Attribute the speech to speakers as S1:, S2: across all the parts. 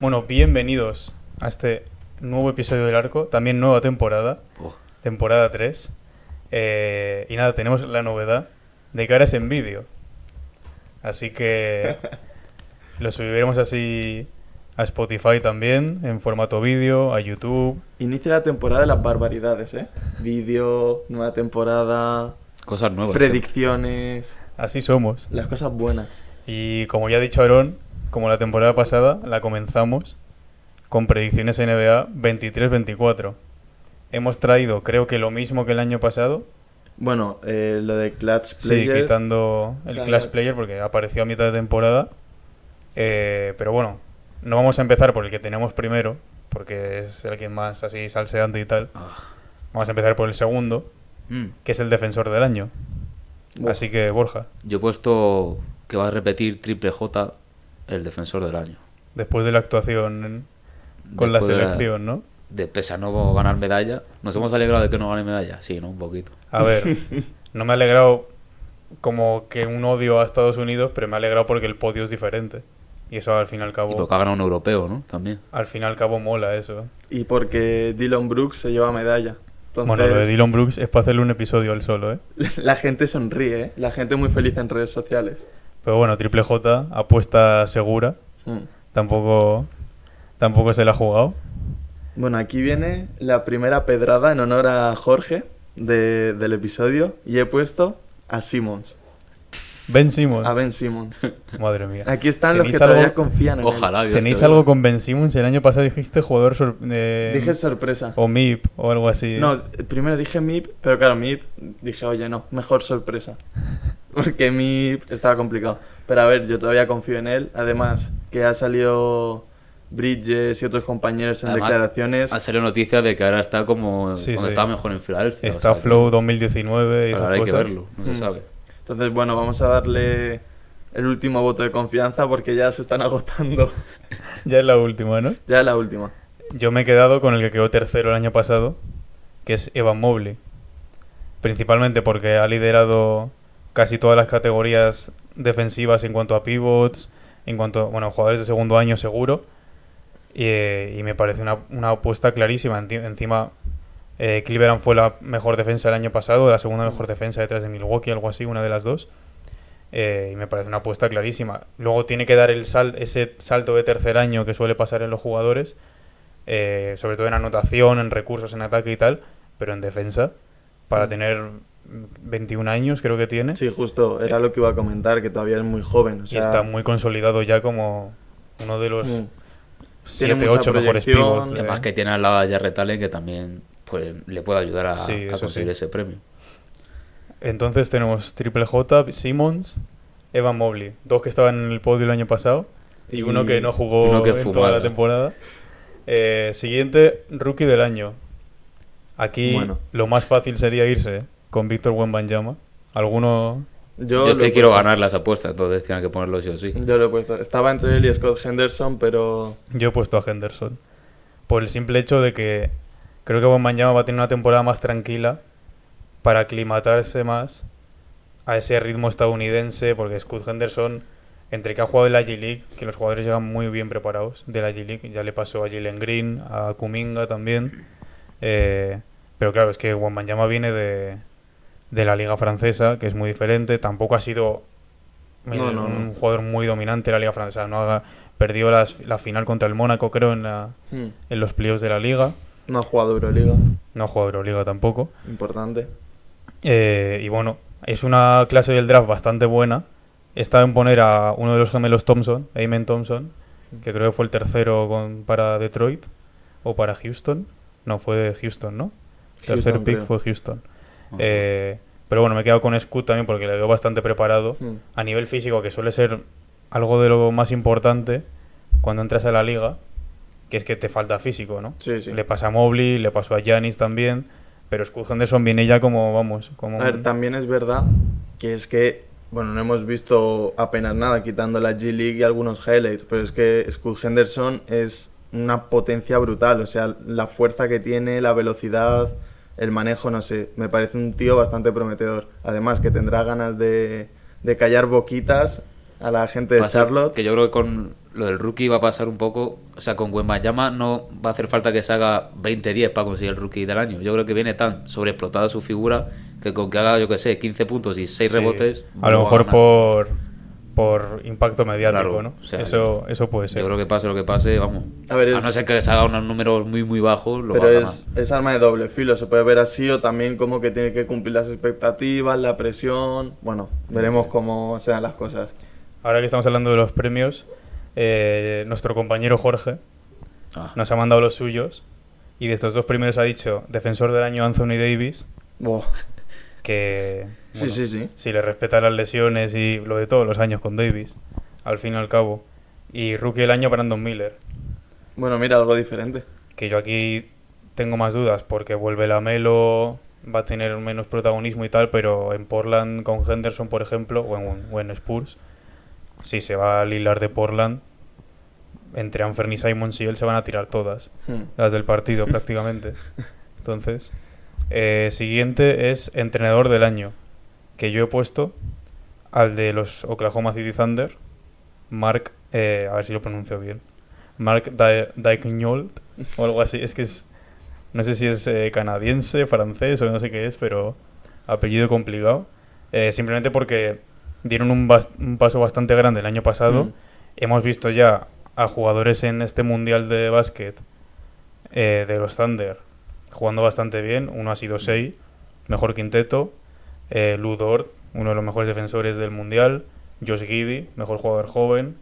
S1: Bueno, bienvenidos a este nuevo episodio del Arco, también nueva temporada,
S2: Oh,
S1: temporada 3. Eh, y nada, tenemos la novedad de que ahora es en vídeo. Así que lo subiremos así a Spotify también, en formato vídeo, a YouTube.
S3: Inicia la temporada de las barbaridades, ¿eh? Vídeo, nueva temporada,
S2: cosas nuevas.
S3: predicciones,
S1: Así somos.
S3: las cosas buenas.
S1: Y como ya ha dicho Aarón, como la temporada pasada, la comenzamos con predicciones NBA 23-24. Hemos traído, creo que lo mismo que el año pasado,
S3: Bueno, eh, lo de Clutch
S1: Sí,
S3: Player.
S1: quitando el
S3: O sea,
S1: Clash
S3: ya-
S1: Player porque apareció a mitad de temporada. Eh, pero bueno, no vamos a empezar por el que tenemos primero, porque es el que más así salseante y tal.
S2: Ah,
S1: Vamos a empezar por el segundo,
S2: mm.
S1: que es el defensor del año.
S3: Buah.
S1: Así que, Borja,
S2: Yo he puesto que va a repetir Triple J el defensor del año.
S1: después de la actuación en- con la
S2: Después de la-
S1: selección, ¿no?
S2: De Pesanovo ganar medalla. Nos hemos alegrado de que no gane medalla. Sí, ¿no? Un poquito.
S1: A ver, no me ha alegrado como que un odio a Estados Unidos, pero me ha alegrado porque el podio es diferente. Y eso al fin y al
S2: Y
S1: cabo,
S2: porque ha ganado un europeo, ¿no? También.
S1: al fin y al cabo mola eso.
S3: Y porque Dylan Brooks se lleva medalla. Entonces,
S1: Bueno, lo de Dylan Brooks es para hacerle un episodio al solo, ¿eh?
S3: La gente sonríe, ¿eh? La gente es muy feliz en redes sociales.
S1: Pero bueno, Triple J, apuesta segura.
S3: Mm.
S1: Tampoco, tampoco se la ha jugado.
S3: Bueno, aquí viene la primera pedrada en honor a Jorge de- del episodio. Y he puesto a Simmons,
S1: Ben Simmons.
S3: a Ben Simmons.
S1: Madre mía.
S3: Aquí están los que
S1: ¿Tenéis
S3: todavía
S1: algo?
S3: confían en él.
S2: Ojalá. Dios
S1: ¿Tenéis
S2: te
S1: algo
S2: oiga.
S1: con Ben Simmons? El año pasado dijiste jugador sor- eh,
S3: Dije sorpresa.
S1: o MIP o algo así.
S3: No, primero dije MIP, pero claro, MIP, dije, oye, no, mejor sorpresa. Porque MIP estaba complicado. Pero a ver, yo todavía confío en él. Además, que ha salido Bridges y otros compañeros en
S2: Además,
S3: declaraciones.
S2: Ha salido noticia de que ahora está como
S1: Sí, sí.
S2: cuando estaba mejor en Filadelfia.
S1: Está
S2: o sea,
S1: Flow
S2: que-
S1: 2019 y
S2: pero
S1: esas
S2: ahora hay que
S1: cosas.
S2: verlo. No se
S3: Mm.
S2: sabe.
S3: Entonces, bueno, vamos a darle el último voto de confianza porque ya se están agotando.
S1: Ya es la última, ¿no?
S3: ya la última.
S1: Yo me he quedado con el que quedó tercero el año pasado, que es Evan Mobley. Principalmente porque ha liderado casi todas las categorías defensivas en cuanto a pivots, en cuanto a bueno, jugadores de segundo año seguro. Y, eh, y me parece una, una apuesta clarísima. Enti- Encima, eh, Cleveland fue la mejor defensa el año pasado, la segunda mejor defensa detrás de Milwaukee, algo así, una de las dos. Eh, y me parece una apuesta clarísima. Luego tiene que dar el sal- ese salto de tercer año que suele pasar en los jugadores eh, sobre todo en anotación, en recursos, en ataque y tal, pero en defensa, para
S3: Mm.
S1: tener mm, 21 años creo que tiene,
S3: Sí, justo, era lo que iba a comentar, que todavía es muy joven. O sea,
S1: y está muy consolidado ya como uno de los
S3: mm.
S1: 7,
S3: mucha
S1: 8 mejores
S3: proyección,
S1: pivots.
S2: Y
S1: de-
S2: además que tiene al lado a Jarrett Allen que también pues, le puede ayudar a,
S1: Sí,
S2: a
S1: eso
S2: conseguir
S1: sí.
S2: ese premio.
S1: Entonces tenemos Triple J, Simmons, Evan Mobley, dos que estaban en el podio el año pasado y, uno que no jugó
S2: uno que
S1: en toda
S2: fumaba.
S1: la temporada. Eh, siguiente, Rookie del año. Aquí
S3: Bueno.
S1: lo más fácil sería irse con Víctor Wembanyama. ¿Alguno
S2: Yo, es
S3: lo he
S2: que quiero
S3: puesto.
S2: ganar las apuestas, entonces tienen que ponerlo sí o sí.
S3: Yo lo he puesto. Estaba entre él y Scott Henderson, pero
S1: Yo he puesto a Henderson. Por el simple hecho de que creo que Wembanyama va a tener una temporada más tranquila para aclimatarse más a ese ritmo estadounidense, porque Scott Henderson, entre que ha jugado en la G-League, que los jugadores llegan muy bien preparados de la G-League, ya le pasó a Jalen Green, a Kuminga también. eh, pero claro, es que Wembanyama viene de, de la liga francesa, que es muy diferente, tampoco ha sido eh,
S3: No, no,
S1: un
S3: no.
S1: jugador muy dominante de la liga francesa, no haga, perdió las- la final contra el Mónaco, creo, en, la-
S3: hmm,
S1: en los playoffs de la liga.
S3: no ha jugado Euroliga.
S1: No ha jugado Euroliga tampoco.
S3: Importante.
S1: Eh, y bueno, es una clase del draft bastante buena. Está en poner a uno de los gemelos Thompson, Amen Thompson, que creo que fue el tercero con- para Detroit o para Houston. No, fue de Houston, ¿no? Tercer
S3: Houston,
S1: pick
S3: creo.
S1: fue Houston. Eh, pero bueno, me he quedado con Scoot también porque le veo bastante preparado.
S3: Hmm.
S1: a nivel físico, que suele ser algo de lo más importante cuando entras a la liga, que es que te falta físico, ¿no?
S3: Sí, sí.
S1: Le pasa a Mobley, le pasó a Giannis también, pero Scott Henderson viene ya como, vamos, como...
S3: A ver,
S1: un-
S3: también es verdad que es que, bueno, no hemos visto apenas nada, quitando la G League y algunos highlights, pero es que Scott Henderson es una potencia brutal, o sea, la fuerza que tiene, la velocidad, el manejo, no sé, me parece un tío bastante prometedor. Además, que tendrá ganas de, de callar boquitas a la gente de
S2: Va a ser-
S3: Charlotte.
S2: Que yo creo que con lo del rookie va a pasar un poco. O sea, con Wembanyama no va a hacer falta que se haga 20-10 para conseguir el rookie del año. Yo creo que viene tan sobreexplotada su figura que con que haga, yo que sé, 15 puntos y 6
S1: Sí.
S2: rebotes.
S1: A lo
S2: no va
S1: mejor
S2: ganar.
S1: por, por impacto mediático,
S2: Claro,
S1: ¿no?
S2: o sea,
S1: eso, eso puede ser.
S2: Yo creo que pase lo que pase, vamos.
S3: A ver, es-
S2: no ser que se haga unos números muy, muy bajos, lo
S3: Pero
S2: va a ganar.
S3: es, es arma de doble filo, se puede ver así o también como que tiene que cumplir las expectativas, la presión. Bueno, veremos cómo se dan las cosas.
S1: Ahora que estamos hablando de los premios, eh, nuestro compañero Jorge
S2: Ah.
S1: nos ha mandado los suyos y de estos dos primeros ha dicho defensor del año Anthony Davis,
S3: Buah.
S1: que
S3: Sí,
S1: bueno,
S3: sí, sí.
S1: si le respeta las lesiones y lo de todos los años con Davis, al fin y al cabo, y rookie del año Brandon Miller,
S3: Bueno, mira, algo diferente.
S1: que yo aquí tengo más dudas porque vuelve la Melo, va a tener menos protagonismo y tal, pero en Portland con Henderson, por ejemplo, o en, o en Spurs, si se va a Lillard de Portland, entre Anferni Simons y él se van a tirar todas,
S3: Hmm.
S1: las del partido prácticamente. Entonces, eh, siguiente es entrenador del año, que yo he puesto al de los Oklahoma City Thunder, Mark, eh, a ver si lo pronuncio bien, Mark Dai- Daignault o algo así, es que es, no sé si es eh, canadiense, francés o no sé qué es, pero apellido complicado, Eh, simplemente porque dieron un, bas- un paso bastante grande el año pasado,
S3: Mm.
S1: hemos visto ya a jugadores en este mundial de básquet eh, de los Thunder jugando bastante bien. Uno ha sido Sei, mejor quinteto. Eh, Lou Dort, uno de los mejores defensores del mundial. Josh Giddy, mejor jugador joven.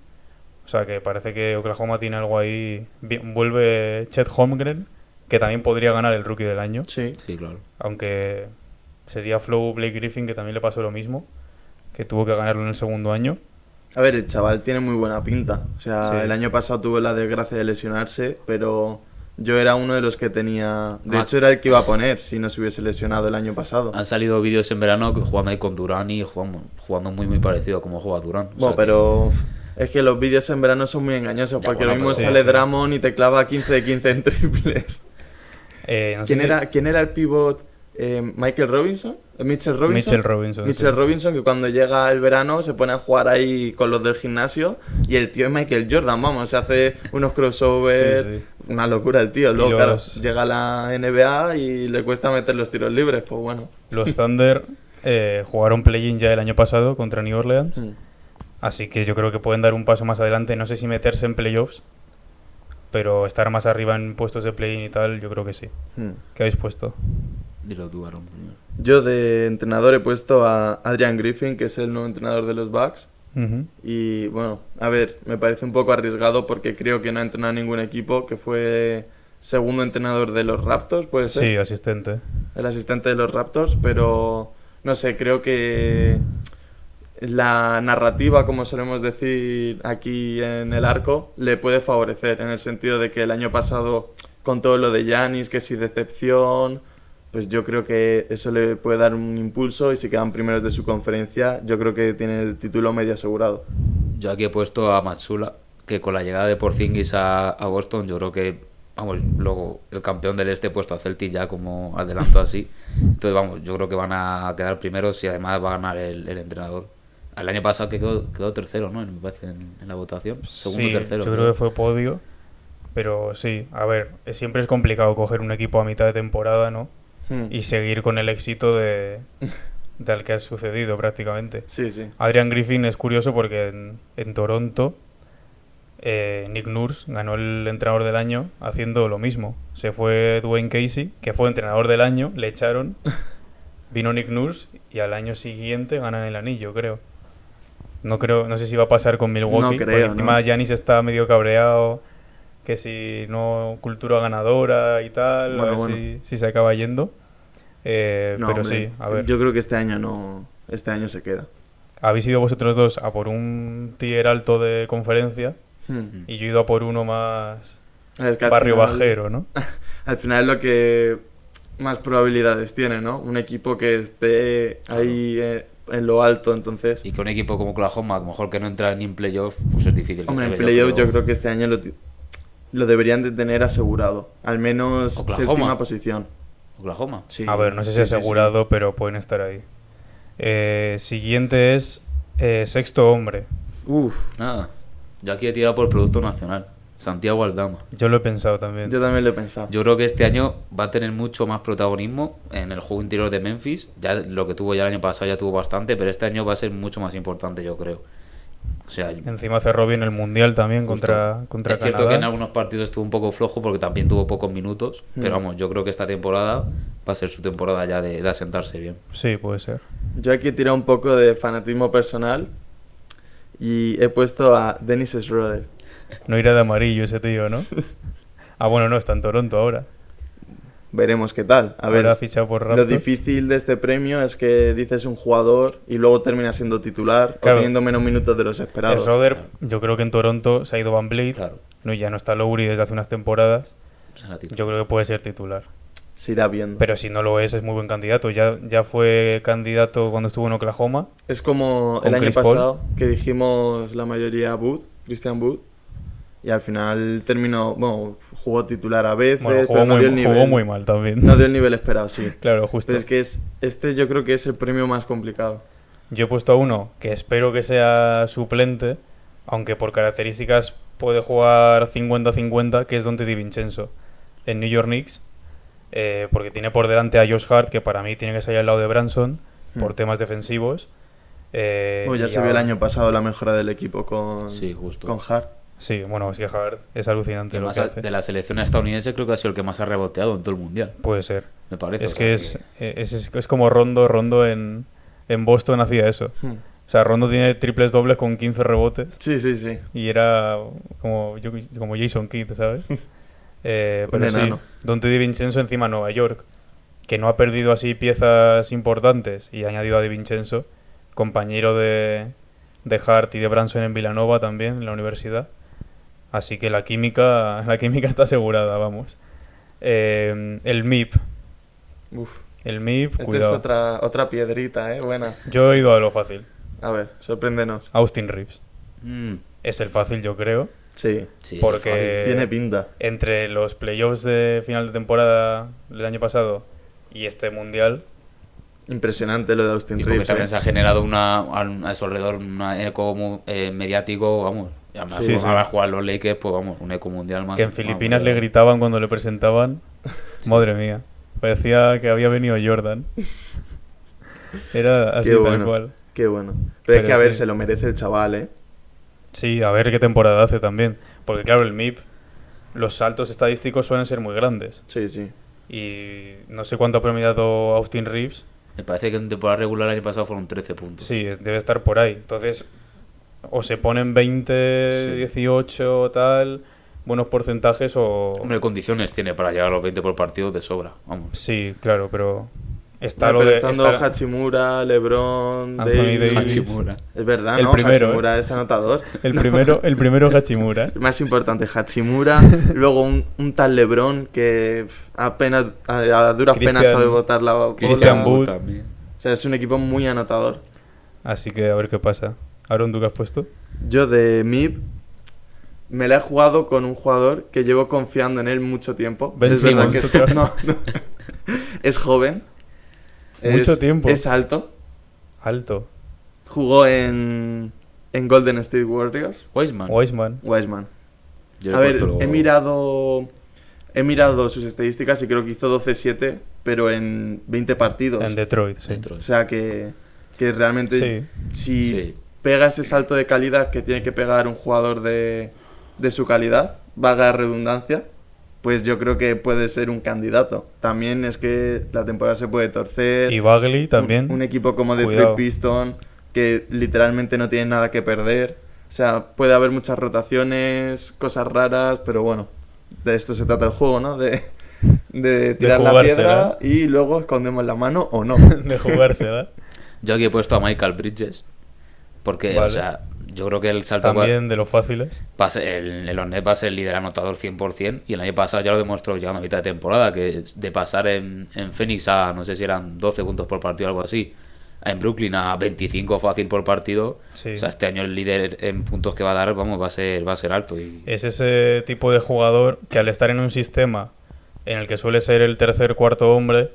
S1: O sea que parece que Oklahoma tiene algo ahí. Bien, Vuelve Chet Holmgren, que también podría ganar el rookie del año.
S3: Sí.
S2: Sí, claro.
S1: Aunque sería Flow Blake Griffin, que también le pasó lo mismo. Que tuvo que ganarlo en el segundo año.
S3: A ver, el chaval tiene muy buena pinta. O sea,
S1: Sí.
S3: el año pasado tuvo la desgracia de lesionarse, pero yo era uno de los que tenía. De
S2: Ah.
S3: hecho, era el que iba a poner si no se hubiese lesionado el año pasado.
S2: Han salido vídeos en verano que jugando ahí con Durán y jugando, jugando muy, muy parecido a como juega Durán. O sea
S3: Bueno,
S2: que-
S3: pero es que los vídeos en verano son muy engañosos
S2: Ya,
S3: porque
S2: bueno,
S3: lo mismo
S1: pues sí,
S3: sale
S1: sí.
S3: Dramon y te clava 15 de 15 en triples.
S1: Eh, no sé
S3: ¿Quién,
S1: si-
S3: era, ¿Quién era el pivot? Eh, ¿Michael Robinson? ¿Eh, ¿Mitchell Robinson?
S1: Mitchell Robinson,
S3: Mitchell
S1: sí.
S3: Robinson, que cuando llega el verano se pone a jugar ahí con los del gimnasio y el tío es Michael Jordan, vamos, se hace unos crossovers.
S1: Sí, sí.
S3: Una locura el tío. Luego,
S1: Y
S3: claro,
S1: los-
S3: llega a la NBA y le cuesta meter los tiros libres, pues bueno.
S1: Los Thunder eh, jugaron play-in ya el año pasado contra New Orleans. Así que yo creo que pueden dar un paso más adelante. No sé si meterse en playoffs, pero estar más arriba en puestos de play-in y tal, yo creo que sí.
S3: Mm.
S1: ¿Qué habéis puesto?
S2: Dilo tú, Aaron, primero.
S3: Yo de entrenador he puesto a Adrian Griffin, que es el nuevo entrenador de los Bucks.
S1: Ujú.
S3: Y bueno, a ver, me parece un poco arriesgado porque creo que no ha entrenado ningún equipo, que fue segundo entrenador de los Raptors, puede ser.
S1: Sí, asistente.
S3: el asistente de los Raptors, pero no sé, creo que la narrativa, como solemos decir aquí en el arco, le puede favorecer en el sentido de que el año pasado con todo lo de Yanis, que si decepción, pues yo creo que eso le puede dar un impulso y si quedan primeros de su conferencia, yo creo que tiene el título medio asegurado.
S2: Yo aquí he puesto a Matsula, que con la llegada de Porzingis a, a Boston, yo creo que, vamos, luego el campeón del este he puesto a Celtic ya como adelanto así. Entonces, vamos, yo creo que van a quedar primeros y además va a ganar el, el entrenador. El año pasado que quedó, quedó tercero, ¿no? Me parece en, en la votación. Segundo,
S1: Sí,
S2: tercero.
S1: yo creo que fue podio. Pero sí, a ver, eh, siempre es complicado coger un equipo a mitad de temporada, ¿no?
S2: Mm.
S1: Y seguir con el éxito de, de al que ha sucedido prácticamente.
S3: Sí, sí.
S1: Adrian Griffin es curioso porque en, en Toronto eh, Nick Nurse ganó el entrenador del año haciendo lo mismo. Se fue Dwayne Casey, que fue entrenador del año, le echaron, vino Nick Nurse y al año siguiente ganan el anillo, creo. No creo, no sé si va a pasar con Milwaukee.
S3: No creo,
S1: porque encima
S3: ¿no?
S1: Giannis está medio cabreado, que si no cultura ganadora y tal, a
S3: Bueno,
S1: ver
S3: bueno.
S1: si, si se acaba yendo. Eh,
S3: No,
S1: pero
S3: hombre,
S1: sí, a ver.
S3: Yo creo que este año no, este año se queda.
S1: Habéis ido vosotros dos a por un tier alto de conferencia
S3: Hmm.
S1: y yo he ido a por uno más
S3: Es que al
S1: barrio
S3: final- Ah,
S1: bajero, ¿no?
S3: al final es lo que más probabilidades tiene, ¿no? Un equipo que esté ahí eh, en lo alto, entonces.
S2: Y que un equipo como Oklahoma, a lo mejor que no entra ni en playoff, pues es difícil. que
S3: Hombre,
S2: se
S3: en
S2: vea,
S3: playoff
S2: pero-
S3: yo creo que este año lo, ti- lo deberían de tener asegurado. Al menos
S2: Oklahoma.
S3: séptima posición.
S2: Oklahoma.
S3: Sí.
S1: a ver, no sé si
S3: Sí, sí, sí.
S1: asegurado, pero pueden estar ahí. Eh, siguiente es eh, sexto hombre,
S3: Uf,
S2: Nada. Yo aquí he tirado por Producto Nacional. Santiago Aldama.
S1: Yo lo he pensado también.
S3: yo también lo he pensado.
S2: Yo creo que este año va a tener mucho más protagonismo en el juego interior de Memphis. Ya lo que tuvo ya el año pasado ya tuvo bastante, pero este año va a ser mucho más importante, yo creo. O sea,
S1: Encima cerró bien el mundial también contra,
S2: justo.
S1: contra
S2: es cierto
S1: Canadá.
S2: que en algunos partidos estuvo un poco flojo porque también tuvo pocos minutos,
S3: Mm.
S2: pero vamos, yo creo que esta temporada va a ser su temporada ya de, de asentarse bien.
S1: Sí, puede ser.
S3: Yo aquí he tirado un poco de fanatismo personal y he puesto a Dennis Schroeder.
S1: No irá de amarillo ese tío, ¿no? ah, bueno, no, está en Toronto ahora.
S3: Veremos qué tal. A
S1: Ahora ha
S3: ver,
S1: fichado por
S3: lo
S1: Raptors.
S3: difícil de este premio es que dices un jugador y luego termina siendo titular
S1: Claro.
S3: o teniendo menos minutos de los
S1: El
S3: esperados.
S1: Schroeder, yo creo que en Toronto se ha ido Van Blade.
S2: Claro.
S1: No, ya no está Lowry desde hace unas temporadas.
S2: o sea, la tira.
S1: Yo creo que puede ser titular.
S3: Se irá viendo.
S1: Pero si no lo es, es muy buen candidato. Ya, ya fue candidato cuando estuvo en Oklahoma.
S3: Es como
S1: Con
S3: el año
S1: Chris Paul.
S3: pasado que dijimos la mayoría Booth, Christian Booth, y al final terminó, bueno, jugó titular a veces,
S1: Bueno, jugó,
S3: pero no dio el
S1: muy, jugó
S3: nivel.
S1: muy mal también.
S3: No dio el nivel esperado, sí.
S1: Claro, justo.
S3: Pero es que es, este yo creo que es el premio más complicado.
S1: Yo he puesto a uno que espero que sea suplente, aunque por características puede jugar 50-50, que es Dante DiVincenzo en New York Knicks, eh, porque tiene por delante a Josh Hart, que para mí tiene que salir al lado de Branson por
S3: Hmm.
S1: temas defensivos. eh,
S3: Bueno,
S1: y
S3: ya se
S1: a-
S3: vio el año pasado la mejora del equipo con,
S2: Sí, justo.
S3: con Hart.
S1: Sí, bueno, es que Hart es alucinante lo
S2: Además,
S1: que hace.
S2: de la selección estadounidense creo que ha sido el que más ha reboteado en todo el mundial,
S1: Puede ser.
S2: me parece.
S1: Es
S2: o
S1: que
S2: sea,
S1: es, eh, es, es- es como Rondo, Rondo en, en Boston hacía eso.
S3: Hmm.
S1: O sea, Rondo tiene triples dobles con 15 rebotes.
S3: Sí, sí, sí.
S1: Y era como, yo, como Jason Kidd, ¿sabes? Eh,
S3: Un
S1: pero sí,
S3: enano.
S1: Dante Di Vincenzo encima Nueva York, que no ha perdido así piezas importantes y ha añadido a Di Vincenzo, compañero de, de Hart y de Branson en Villanova también, en la universidad. Así que la química, la química está asegurada, vamos. Eh, el MIP,
S3: Uf.
S1: el MIP,
S3: Esta
S1: cuidado.
S3: Este es otra, otra piedrita, ¿eh? Buena.
S1: Yo he ido a lo fácil,
S3: A ver, sorpréndenos.
S1: Austin Reeves.
S2: mm,
S1: Es el fácil, yo creo.
S3: Sí.
S2: sí,
S1: Porque-
S2: es fácil.
S1: Eh,
S3: Tiene pinta.
S1: entre los playoffs de final de temporada del año pasado y este mundial,
S3: Impresionante lo de Austin
S2: Y porque
S3: Reeves.
S2: también
S3: ¿eh?
S2: se ha generado una, a, un- a su alrededor un eco mu- eh, mediático, vamos. Y Además,
S1: Sí,
S2: como
S1: sí.
S2: ahora juegan los Lakers, pues vamos, un eco mundial más.
S1: que en
S2: más
S1: Filipinas le
S2: grande.
S1: gritaban cuando le presentaban, madre mía, parecía que había venido Jordan. Era así
S3: Qué
S1: tal
S3: bueno.
S1: cual.
S3: Qué bueno. Pero, es
S1: Pero
S3: que, a ver,
S1: sí.
S3: se lo merece el chaval, ¿eh?
S1: Sí, a ver qué temporada hace también, porque claro, el MIP, los saltos estadísticos suelen ser muy grandes
S3: Sí, sí.
S1: y no sé cuánto ha premiado Austin Reeves,
S2: Me parece que en temporada regular el año pasado fueron 13 puntos.
S1: Sí, es- debe estar por ahí. Entonces, o se ponen 20,
S2: Sí.
S1: 18, tal, buenos porcentajes o...
S2: Hombre, condiciones tiene para llegar a los 20 por partido de sobra, vamos.
S1: Sí, claro, pero está
S3: Ya,
S1: lo
S3: pero
S1: de...
S3: estando
S1: está-
S3: Hachimura, LeBron,
S1: Anthony
S3: Davis.
S1: Davis.
S2: Hachimura.
S3: Es verdad,
S1: El
S3: ¿no?
S1: primero, ¿eh?
S3: Hachimura es anotador.
S1: El primero, el primero es Hachimura.
S3: Más importante, Hachimura. luego un, un tal LeBron que pf, apenas, a, a duras penas
S1: Christian-
S3: sabe botar la bola.
S1: Christian Wood. Wood
S2: también.
S3: O sea, es un equipo muy anotador.
S1: Así que a ver qué pasa. Aaron, ¿tú qué has puesto?
S3: Yo de MIP me la he jugado con un jugador que llevo confiando en él mucho tiempo.
S1: Ben
S3: es verdad
S1: Simmons,
S3: que
S1: otra vez.
S3: no, no. es joven.
S1: Mucho
S3: es-
S1: tiempo.
S3: Es alto.
S1: Alto.
S3: Jugó en, en Golden State Warriors.
S2: Weisman.
S1: Wiseman.
S3: Wiseman.
S2: Yo le
S3: A
S2: he
S3: ver,
S2: puesto luego-
S3: he mirado he mirado sus estadísticas y creo que hizo 12-7, pero en 20 partidos.
S1: En Detroit, sí.
S2: dentro.
S3: O sea que, que realmente
S1: Sí.
S3: si
S2: Sí.
S3: pega ese salto de calidad que tiene que pegar un jugador de, de su calidad, vaga redundancia, pues yo creo que puede ser un candidato. También es que la temporada se puede torcer.
S1: Y Bagley también.
S3: Un, un equipo como Detroit
S1: Cuidado.
S3: Pistons, que literalmente no tiene nada que perder. O sea, puede haber muchas rotaciones, cosas raras, pero bueno, de esto se trata el juego, ¿no? De, de tirar la
S1: jugársela.
S3: piedra y luego escondemos la mano o no.
S1: De jugársela.
S2: Yo aquí he puesto a Michael Bridges. Porque, o
S1: Vale.
S2: sea, yo creo que el salto.
S1: También de los fáciles.
S2: va a ser- el, el Hornet va a ser líder anotador 100% y el año pasado ya lo demostró llegando a mitad de temporada, que de pasar en, en Phoenix a, no sé si eran 12 puntos por partido o algo así, en Brooklyn a 25 fácil por partido,
S1: Sí.
S2: o sea, este año el líder en puntos que va a dar, vamos, va a ser, va a ser alto. Y,
S1: Es ese tipo de jugador que al estar en un sistema en el que suele ser el tercer cuarto hombre,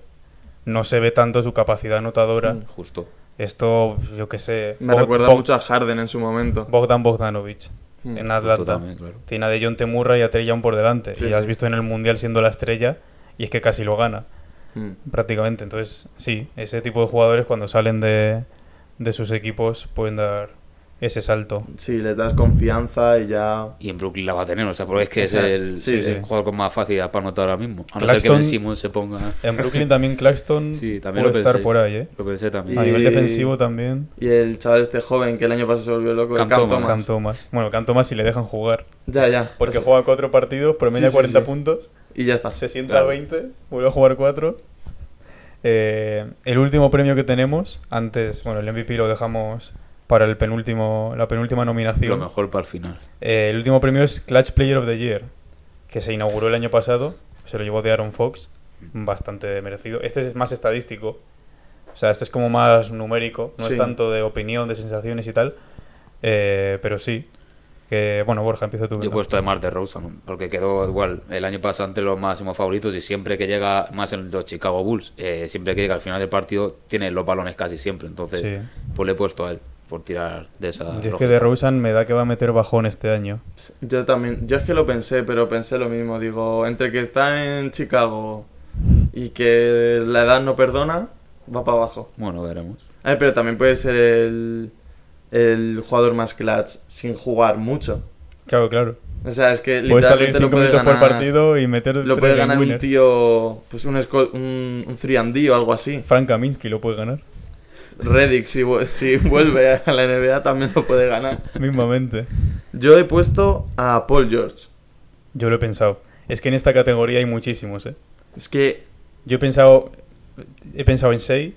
S1: no se ve tanto su capacidad anotadora
S3: Mm.
S2: Justo.
S1: Esto, yo qué sé.
S3: Me
S1: Bog-
S3: recuerda
S1: Bog-
S3: mucho a Harden en su momento.
S1: Bogdan Bogdanovic en
S3: Mm.
S2: Justo
S1: Atlanta.
S2: también, claro.
S1: Tiene a De Jong Temurra y a Trey Young por delante.
S3: Sí,
S1: y ya has
S3: sí.
S1: visto en el Mundial siendo la estrella y es que casi lo gana,
S3: Mm.
S1: prácticamente. Entonces, sí, ese tipo de jugadores cuando salen de, de sus equipos pueden dar ese salto.
S3: Sí, les das confianza y ya.
S2: Y en Brooklyn la va a tener, o sea, porque es que es
S3: Exacto.
S2: el,
S3: Sí,
S2: es el
S1: sí.
S2: jugador con más facilidad para anotar ahora mismo. A no ser que
S1: Claxton-
S2: Ben Simmons se ponga.
S1: En Brooklyn también Claxton
S2: Sí, también
S1: puede
S2: lo
S1: estar
S2: pensé.
S1: por ahí, ¿eh?
S2: Lo pensé también.
S1: A
S3: Y-
S1: nivel defensivo también.
S3: Y el chaval este joven que el año pasado se volvió loco, el
S2: Cam
S3: Cam
S2: Thomas.
S3: Thomas.
S1: Canto más. Bueno, canto más si le dejan jugar.
S3: Ya, ya.
S1: Porque
S3: O sea,
S1: juega cuatro partidos, promedia
S3: Sí, sí,
S1: 40
S3: sí.
S1: puntos,
S3: Y ya está.
S1: se sienta
S2: Claro.
S1: 20, vuelve a jugar cuatro. Eh, el último premio que tenemos, antes, bueno, el MVP lo dejamos para el penúltimo, la penúltima
S2: Lo
S1: nominación.
S2: mejor para el final.
S1: Eh, el último premio es Clutch Player of the Year, que se inauguró el año pasado, se lo llevó de Aaron Fox, bastante merecido. Este es más estadístico, o sea, este es como más numérico, no
S3: Sí.
S1: es tanto de opinión, de sensaciones y tal, eh, pero sí. Que, bueno, Borja, empieza tú.
S2: Yo he
S1: ¿verdad?
S2: puesto además de Rosa, porque quedó igual el año pasado entre los máximos favoritos y siempre que llega, más en los Chicago Bulls, eh, siempre que llega al final del partido tiene los balones casi siempre. Entonces,
S1: Sí.
S2: pues le he puesto a él por tirar de esa.
S1: Yo es
S2: roja.
S1: que de Rosen me da que va a meter bajón este año.
S3: Yo también. Yo es que lo pensé, pero pensé lo mismo. Digo, entre que está en Chicago y que la edad no perdona, va para abajo.
S2: Bueno, veremos.
S3: Eh, pero también puede ser el, el jugador más clutch sin jugar mucho.
S1: Claro, claro.
S3: O sea, es que
S1: Puede salir
S3: literalmente
S1: 5
S3: lo puede
S1: minutos
S3: ganar,
S1: por partido y meter.
S3: lo
S1: tres
S3: puede
S1: game
S3: ganar un
S1: winners.
S3: tío, pues un, esco- un, un 3D o algo así.
S1: Frank Kaminsky lo puede ganar,
S3: Reddick, si, vu- si vuelve a la NBA, también lo puede ganar.
S1: mismamente.
S3: Yo he puesto a Paul George.
S1: Yo lo he pensado. Es que en esta categoría hay muchísimos, ¿eh?
S3: Es que,
S1: Yo he pensado, he pensado en Shea,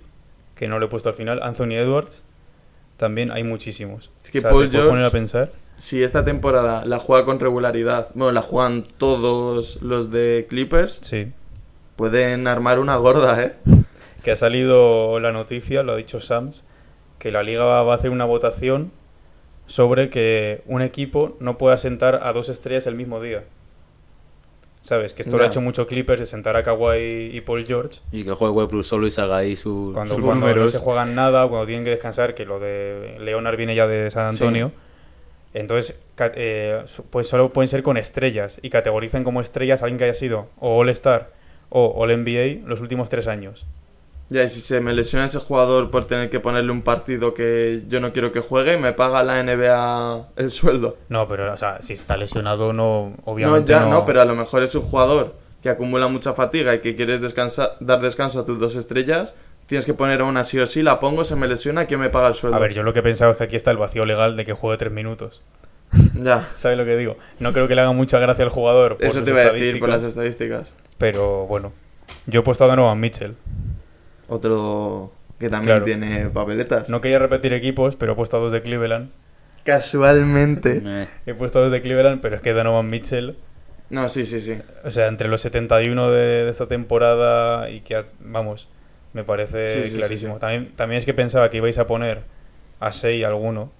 S1: que no lo he puesto al final, Anthony Edwards, también hay muchísimos.
S3: Es que
S1: O sea,
S3: Paul
S1: te puedes
S3: George-
S1: poner a pensar.
S3: si esta temporada la juega con regularidad, bueno, la juegan todos los de Clippers,
S1: Sí.
S3: pueden armar una gorda, ¿eh?
S1: Que ha salido la noticia, lo ha dicho Sams, que la liga va a hacer una votación sobre que un equipo no pueda sentar a dos estrellas el mismo día. ¿Sabes? Que esto lo
S3: Ya.
S1: ha hecho mucho Clippers de sentar a Kawhi y Paul George.
S2: Y que juegue Westbrook solo y se haga ahí su.
S1: Cuando,
S2: su
S1: cuando no
S2: números.
S1: se juegan nada, cuando tienen que descansar, que lo de Leonard viene ya de San
S3: Sí.
S1: Antonio. Entonces, ca- eh, su- pues solo pueden ser con estrellas y categorizan como estrellas a alguien que haya sido o All-Star o All-NBA los últimos tres años.
S3: Ya, y si se me lesiona ese jugador por tener que ponerle un partido que yo no quiero que juegue, me paga la NBA el sueldo.
S1: No, pero, o sea, si está lesionado, no, obviamente.
S3: no, ya no. pero a lo mejor es un jugador que acumula mucha fatiga y que quieres descansar, dar descanso a tus dos estrellas. Tienes que poner a una sí o sí, la pongo, se me lesiona, ¿quién me paga el sueldo?
S1: A ver, yo lo que he pensado es que aquí está el vacío legal de que juegue tres minutos.
S3: Ya,
S1: ¿Sabes lo que digo? No creo que le haga mucha gracia al jugador. Por
S3: eso
S1: sus
S3: te iba a decir
S1: estadísticas,
S3: por las estadísticas.
S1: Pero bueno, yo he puesto de nuevo a Mitchell.
S3: Otro que también
S1: Claro.
S3: tiene papeletas.
S1: No quería repetir equipos, pero he puesto a dos de Cleveland.
S3: Casualmente.
S2: Eh,
S1: He puesto dos de Cleveland, pero es que Donovan Mitchell,
S3: No, sí, sí, sí.
S1: o sea, entre los 71 de, de esta temporada y que, ha- vamos, me parece
S3: Sí, sí, sí,
S1: clarísimo.
S3: sí.
S1: También, también es que pensaba que ibais a poner a 6 alguno.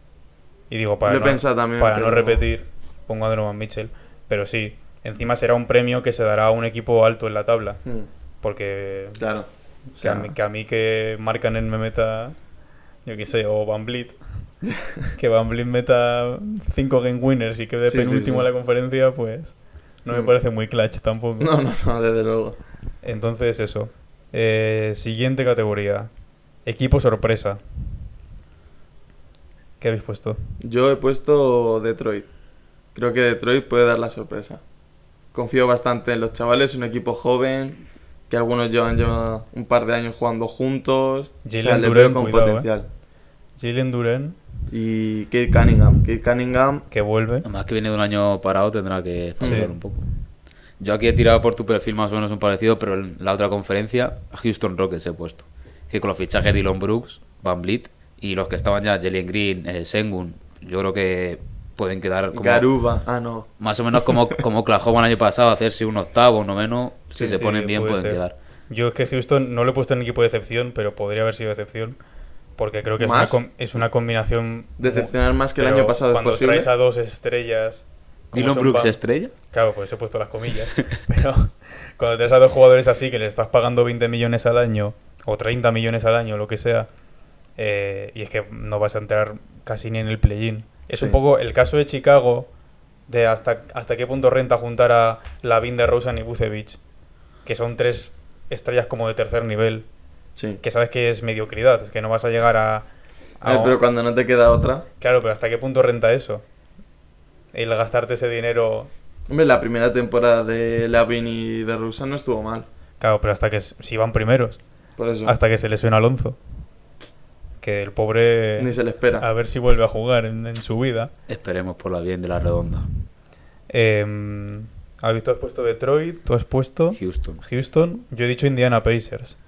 S1: Y digo, para,
S3: Lo he
S1: no,
S3: pensado también,
S1: para no
S3: pero-
S1: repetir, pongo a Donovan Mitchell. Pero sí, encima será un premio que se dará a un equipo alto en la tabla.
S3: Mm,
S1: Porque
S3: Claro. O
S1: que, a
S3: sea,
S1: mí, que a mí que marcan en me meta, yo qué sé, o Van Vliet, que Van Vliet meta 5 game winners y que de
S3: Sí, sí,
S1: penúltimo
S3: sí.
S1: a la conferencia, pues no me
S3: Mm.
S1: parece muy clutch tampoco.
S3: No, no, no, desde luego.
S1: Entonces eso. Eh, siguiente categoría. Equipo sorpresa. ¿Qué habéis puesto?
S3: Yo he puesto Detroit. Creo que Detroit puede dar la sorpresa. Confío bastante en los chavales, un equipo joven, que algunos llevan ya un par de años jugando juntos.
S1: Jalen
S3: o sea, le
S1: Duren,
S3: veo con
S1: cuidado, ¿eh?
S3: potencial.
S1: Jalen Duren,
S3: Y Kate Cunningham. Kate Cunningham,
S1: que vuelve.
S2: Además que viene de un año parado, tendrá que
S1: Sí.
S2: cambiar un poco. Yo aquí he tirado por tu perfil más o menos un parecido, pero en la otra conferencia a Houston Rockets he puesto. Que con los fichajes de Elon Brooks, Van Blit y los que estaban ya, Jalen Green, eh, Sengun, yo creo que pueden quedar como,
S3: Garuba. Ah, no.
S2: más o menos como, como Oklahoma el año pasado, hacerse un octavo, un noveno, si
S1: Sí,
S2: se
S1: sí,
S2: ponen bien
S1: puede
S2: pueden
S1: ser.
S2: quedar.
S1: Yo es que Houston no lo he puesto en equipo de excepción, pero podría haber sido excepción. Porque creo que es una,
S3: ¿Más?
S1: com- es una combinación. mu-
S3: Decepcionar más que el
S1: pero
S3: año pasado es
S1: Cuando
S3: posible.
S1: traes a dos estrellas. como
S2: Dylan
S1: son
S2: Brooks
S1: Van-
S2: estrella,
S1: Claro, pues he puesto las comillas. pero cuando traes a dos jugadores así que le estás pagando 20 millones al año o 30 millones al año, lo que sea, eh, y es que no vas a entrar casi ni en el play-in. Es
S3: Sí.
S1: un poco el caso de Chicago, de hasta, hasta qué punto renta juntar a Lavin de Rosen y Vucevic, que son tres estrellas como de tercer nivel,
S3: Sí.
S1: que sabes que es mediocridad, es que no vas a llegar a...
S3: A
S1: a-
S3: ver, Eh, pero cuando no te queda otra.
S1: Claro, pero ¿hasta qué punto renta eso? El gastarte ese dinero...
S3: Hombre, la primera temporada de Lavin y de Rusa no estuvo mal.
S1: Claro, pero hasta que s- si van primeros,
S3: Por eso.
S1: hasta que se lesiona Alonso. Que el pobre...
S3: Ni se le espera.
S1: A ver si vuelve a jugar en, en su vida.
S2: Esperemos por la bien de la redonda.
S1: Eh, Alvis, tú has puesto Detroit, tú has puesto
S2: Houston.
S1: Houston, yo he dicho Indiana Pacers,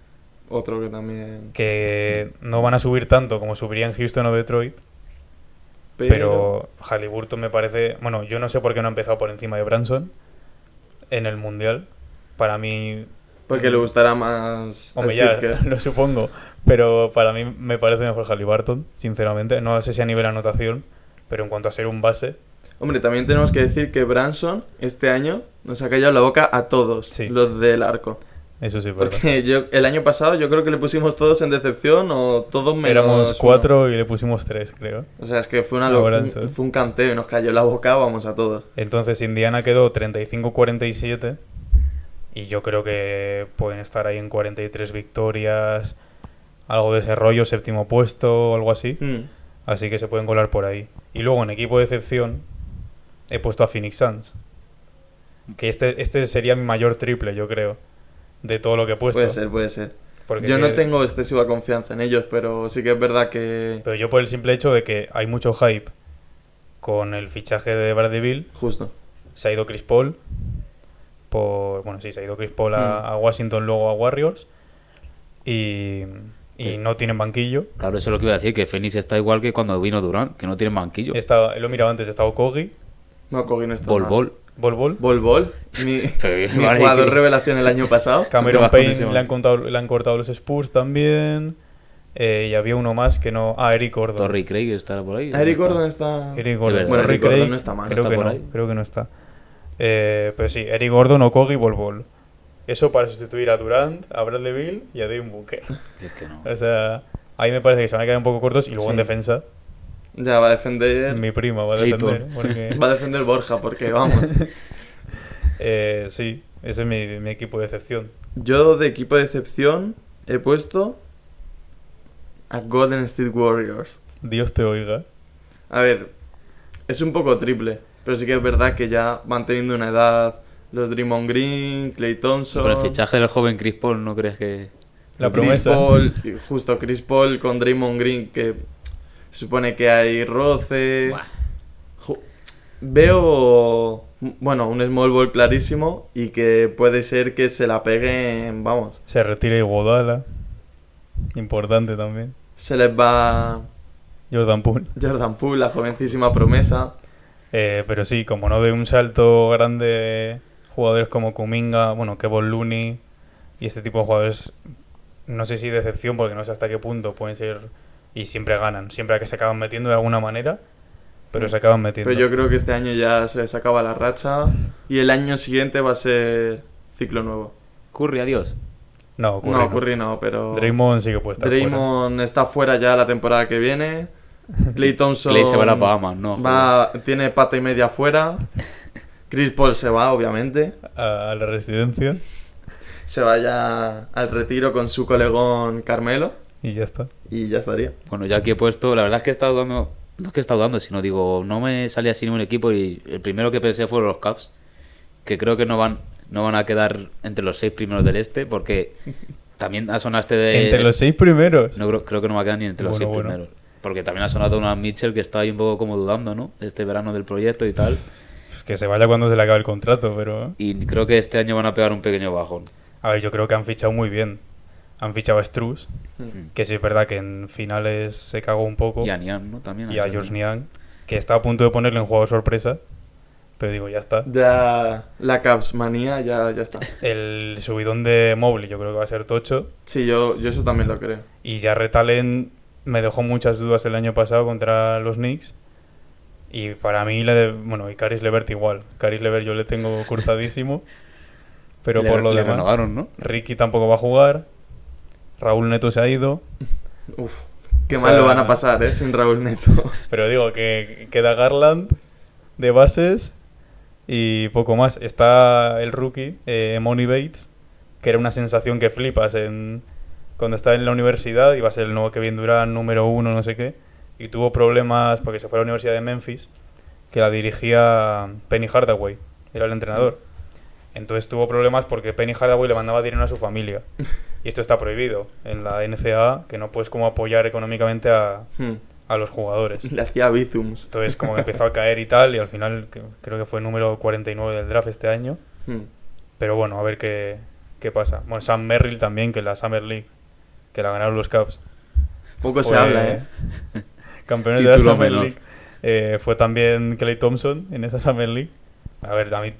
S3: Otro que también.
S1: que no van a subir tanto como subirían Houston o Detroit, pero Halliburton me parece, bueno, yo no sé por qué no ha empezado por encima de Branson en el Mundial. Para mí,
S3: Porque le gustará más. a
S1: hombre,
S3: Steve
S1: ya
S3: Kerr.
S1: lo supongo, pero para mí me parece mejor Halliburton, sinceramente. No sé si a nivel anotación, pero en cuanto a ser un base,
S3: Hombre, también tenemos que decir que Branson este año nos ha callado la boca a todos
S1: Sí.
S3: los del arco.
S1: eso sí, es verdad.
S3: Porque yo, el año pasado yo creo que le pusimos todos en decepción o todos menos.
S1: Éramos
S3: uno.
S1: cuatro y le pusimos tres, creo.
S3: O sea, es que fue una
S1: A
S3: locura.
S1: Branson.
S3: Fue un canteo y nos cayó la boca, vamos a todos.
S1: Entonces Indiana quedó 35-47 y yo creo que pueden estar ahí en 43 victorias, algo de ese rollo, séptimo puesto o algo así.
S3: Mm.
S1: Así que se pueden colar por ahí. Y luego en equipo de excepción he puesto a Phoenix Suns. Que este, este sería mi mayor triple, yo creo, de todo lo que he puesto.
S3: Puede ser, puede ser.
S1: Porque
S3: yo no
S1: que-
S3: tengo excesiva confianza en ellos, pero sí que es verdad que.
S1: Pero yo por el simple hecho de que hay mucho hype con el fichaje de Bradley Beal
S3: Justo.
S1: se ha ido Chris Paul por bueno sí se ha ido Chris Paul a,
S3: Mm.
S1: a Washington luego a Warriors y, y
S2: Sí.
S1: no tienen banquillo
S2: Claro, eso es lo que iba a decir, que Phoenix está igual que cuando vino Durán, que no tiene banquillo.
S1: Estaba- lo he mirado antes estaba Kogi
S3: No, Cogin está.
S2: Bol
S3: mal.
S2: Bol.
S1: Bol Bol
S3: Bol Bol. Mi,
S2: Pero,
S3: mi
S2: vale,
S3: jugador
S2: que-
S3: revelación el año pasado.
S1: Cameron
S2: Va,
S1: Payne
S2: buenísimo.
S1: le han, contado- le han cortado los Spurs también Eh, y había uno más que no ah Eric Gordon
S2: Torrey Craig estará por ahí.
S3: Eric
S2: ¿Dónde
S3: Gordon está.
S1: Eric Gordon
S2: verdad. Bueno,
S1: Torrey
S3: Eric Gordon
S1: Craig,
S3: no está mal.
S1: creo
S2: Está
S1: que
S2: por
S1: no
S2: ahí.
S1: creo que no está Eh, pero sí Eric Gordon o Kogi Bol Bol eso para sustituir a Durant a Bradley Beal y a Devin Booker
S2: está? Es que no.
S1: O sea, ahí me parece que se van a quedar un poco cortos y luego en
S3: Sí.
S1: defensa,
S3: Ya va a defender.
S1: mi prima va a
S2: Aitor.
S1: defender. porque,
S3: Va a defender Borja, porque vamos.
S1: eh, sí, ese es mi, mi equipo de excepción.
S3: Yo de equipo de excepción he puesto a Golden State Warriors.
S1: Dios te oiga.
S3: A ver, es un poco triple, pero sí que es verdad que ya van teniendo una edad los Draymond Green, Clay Thompson,
S2: Con el fichaje del joven Chris Paul, ¿no crees que...?
S1: La
S3: Chris
S1: promesa.
S3: Paul, y justo Chris Paul con Draymond Green que se supone que hay roce.
S2: Buah.
S3: Ju- Veo, bueno, un small ball clarísimo y que puede ser que se la peguen, vamos.
S1: Se retira Iguodala. Importante también.
S3: Se les va
S1: Jordan Poole.
S3: Jordan Poole, la jovencísima promesa.
S1: Eh, pero sí, como no de un salto grande jugadores como Kuminga, bueno, Kevon Looney y este tipo de jugadores, no sé si decepción, porque no sé hasta qué punto pueden ser y siempre ganan, siempre que se acaban metiendo de alguna manera, pero se acaban metiendo.
S3: Pero yo creo que este año ya se les acaba la racha y el año siguiente va a ser ciclo nuevo.
S2: Curry, adiós.
S1: No, Curry
S3: no,
S1: no.
S3: Curry no, pero
S1: Draymond sí que puede estar
S3: Draymond está fuera ya la temporada que viene. Clay Thompson
S2: Clay se va a las Bahamas, no.
S3: va- tiene pata y media fuera. Chris Paul se va, obviamente.
S1: fuera a, a la residencia
S3: Se va ya al retiro con su colegón Carmelo
S1: y ya está.
S3: y ya estaría.
S2: Bueno, ya aquí he puesto, la verdad es que he estado dudando, no es que he estado dudando, sino digo, no me salía así ningún equipo y el primero que pensé fueron los Caps, que creo que no van, no van a quedar entre los seis primeros del este, porque también ha sonado este de...
S3: Eh,
S1: Entre los seis primeros.
S2: No creo, creo que no va a quedar ni entre los
S1: Bueno,
S2: seis
S1: bueno.
S2: primeros. Porque también ha sonado una Mitchell que está ahí un poco como dudando, ¿no? Este verano del proyecto y tal.
S1: Pues que se vaya cuando se le acabe el contrato, pero...
S2: Y creo que este año van a pegar un pequeño bajón.
S1: A ver, yo creo que han fichado muy bien. Han fichado a Struz, que sí es verdad que en finales se cagó un poco.
S2: Y a Nian, ¿no? También.
S1: y a George
S2: George
S1: Niang, que está a punto de ponerle en juego sorpresa. Pero digo, ya está.
S3: Ya la Caps manía ya, ya está.
S1: El subidón de Mobley yo creo que va a ser tocho.
S3: Sí, yo, yo eso también lo creo.
S1: Y ya Retalen me dejó muchas dudas el año pasado contra los Knicks. Y para mí, le de- bueno, y Caris Levert igual. Caris Levert yo le tengo cruzadísimo. Pero por lo
S2: le
S1: demás,
S2: renovaron, ¿no?
S1: Ricky tampoco va a jugar. Raúl Neto se ha ido.
S3: Uf, Qué
S1: O
S3: mal
S1: sea,
S3: lo van a pasar, ¿eh? Sin Raúl Neto.
S1: Pero digo que queda Garland de bases y poco más. Está el rookie, eh, Money Bates, que era una sensación que flipas en, cuando estaba en la universidad. Iba a ser el nuevo Kevin Durant, número uno, no sé qué. Y tuvo problemas porque se fue a la Universidad de Memphis, que la dirigía Penny Hardaway, era el entrenador. Entonces tuvo problemas porque Penny Hardaway le mandaba dinero a su familia. Y esto está prohibido en la NCAA, que no puedes como apoyar económicamente a,
S3: Hmm.
S1: a los jugadores.
S3: Le hacía bizums.
S1: Entonces, como que empezó a caer y tal, y al final que- creo que fue número 49 del draft este año.
S3: Hmm.
S1: Pero bueno, a ver qué, qué pasa. Bueno, Sam Merrill también, que la Summer League, que la ganaron los Cubs.
S3: Poco se
S1: Fue
S3: habla, ¿eh?
S1: Campeones de la
S2: Título
S1: Summer
S2: menor.
S1: League. Eh, fue también Clay Thompson en esa Summer League. A ver, a mí,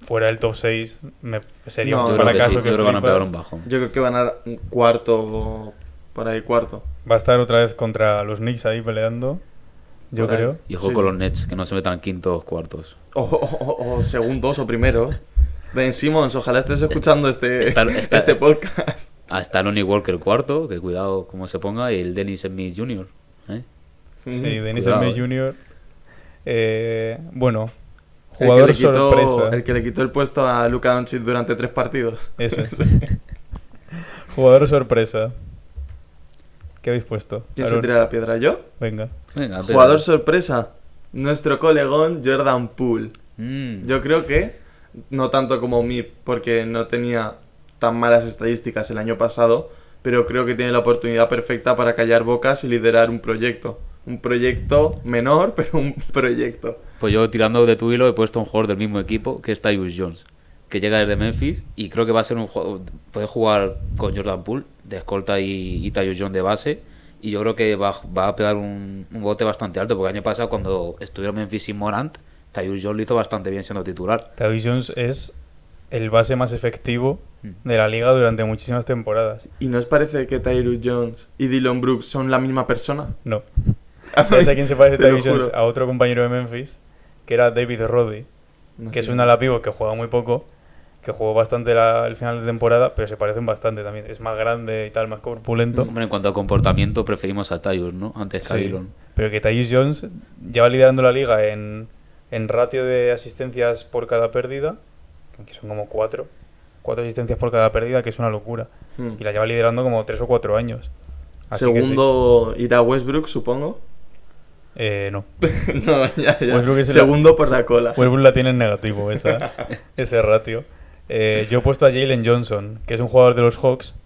S1: fuera del top 6, me, sería
S2: Yo
S3: No,
S1: un
S2: creo que
S1: fracaso
S2: sí,
S1: que
S2: yo creo que van a pegar
S1: flipas.
S2: un bajón.
S3: Yo creo que van a dar un cuarto o por ahí, cuarto.
S1: Va a estar otra vez contra los Knicks ahí peleando, yo
S3: Por ahí.
S1: creo.
S2: Y ojo
S3: Sí,
S2: con
S3: sí.
S2: los Nets, que no se metan quintos, cuartos.
S3: O, o- o- o segundos o primeros. Ben Simmons, ojalá estés escuchando este,
S2: está- está-
S3: este podcast.
S2: Ah, está Lonnie Walker cuarto, que cuidado cómo se ponga, y el Dennis Smith Jr. ¿eh?
S1: Sí,
S3: Mm.
S1: Dennis
S2: Cuidado,
S1: Smith
S2: eh.
S1: Jr. Eh, bueno,
S3: El que
S1: jugador
S3: le quitó-
S1: sorpresa. Eh,
S3: El que le quitó el puesto a Luka Doncic durante tres partidos.
S1: Ese es. jugador sorpresa. ¿Qué habéis puesto?
S3: ¿Quién se
S1: Aaron,
S3: tira la piedra? ¿Yo?
S1: Venga.
S2: Venga, Pedro.
S3: Jugador sorpresa. Nuestro colegón Jordan Poole.
S2: Mm.
S3: Yo creo que no tanto como MIP, porque no tenía tan malas estadísticas el año pasado, pero creo que tiene la oportunidad perfecta para callar bocas y liderar un proyecto. Un proyecto menor, pero un proyecto.
S2: Pues yo tirando de tu hilo he puesto un jugador del mismo equipo que es Tyus Jones, que llega desde Memphis y creo que va a ser un jugador, puede jugar con Jordan Poole de escolta y, y Tyus Jones de base y yo creo que va, va a pegar un, un bote bastante alto porque el año pasado cuando estuvieron Memphis y Morant, Tyus Jones lo hizo bastante bien siendo titular.
S1: Tavis Jones es el base más efectivo de la liga durante muchísimas temporadas.
S3: ¿Y no os parece que Tyrus Jones y Dylan Brooks son la misma persona?
S1: No. ¿Sabes a quién se parece
S3: Te lo
S1: Tavis Jones?
S3: juro.
S1: A otro compañero de Memphis, que era David Roddy,
S3: No
S1: que es
S3: sé.
S1: un ala pívot que juega muy poco, que jugó bastante la- el final de temporada, pero se parecen bastante también. Es más grande y tal, más
S3: Mm.
S1: corpulento.
S2: Hombre, en cuanto a comportamiento preferimos a Tyus, ¿no? Antes que a
S1: Sí.
S2: Dillon.
S1: Pero que Tyus Jones lleva liderando la liga en, en ratio de asistencias por cada pérdida, que son como cuatro. Cuatro asistencias por cada pérdida, que es una locura.
S3: Hmm.
S1: Y la lleva liderando como tres o cuatro años. Así que sí.
S3: Segundo irá Westbrook, supongo.
S1: Eh, no.
S3: no, ya, ya.
S1: Westbrook es el-
S3: Segundo por la cola.
S1: Westbrook la tiene en negativo esa, ese ratio. Eh, yo he puesto a Jalen Johnson, que es un jugador de los Hawks,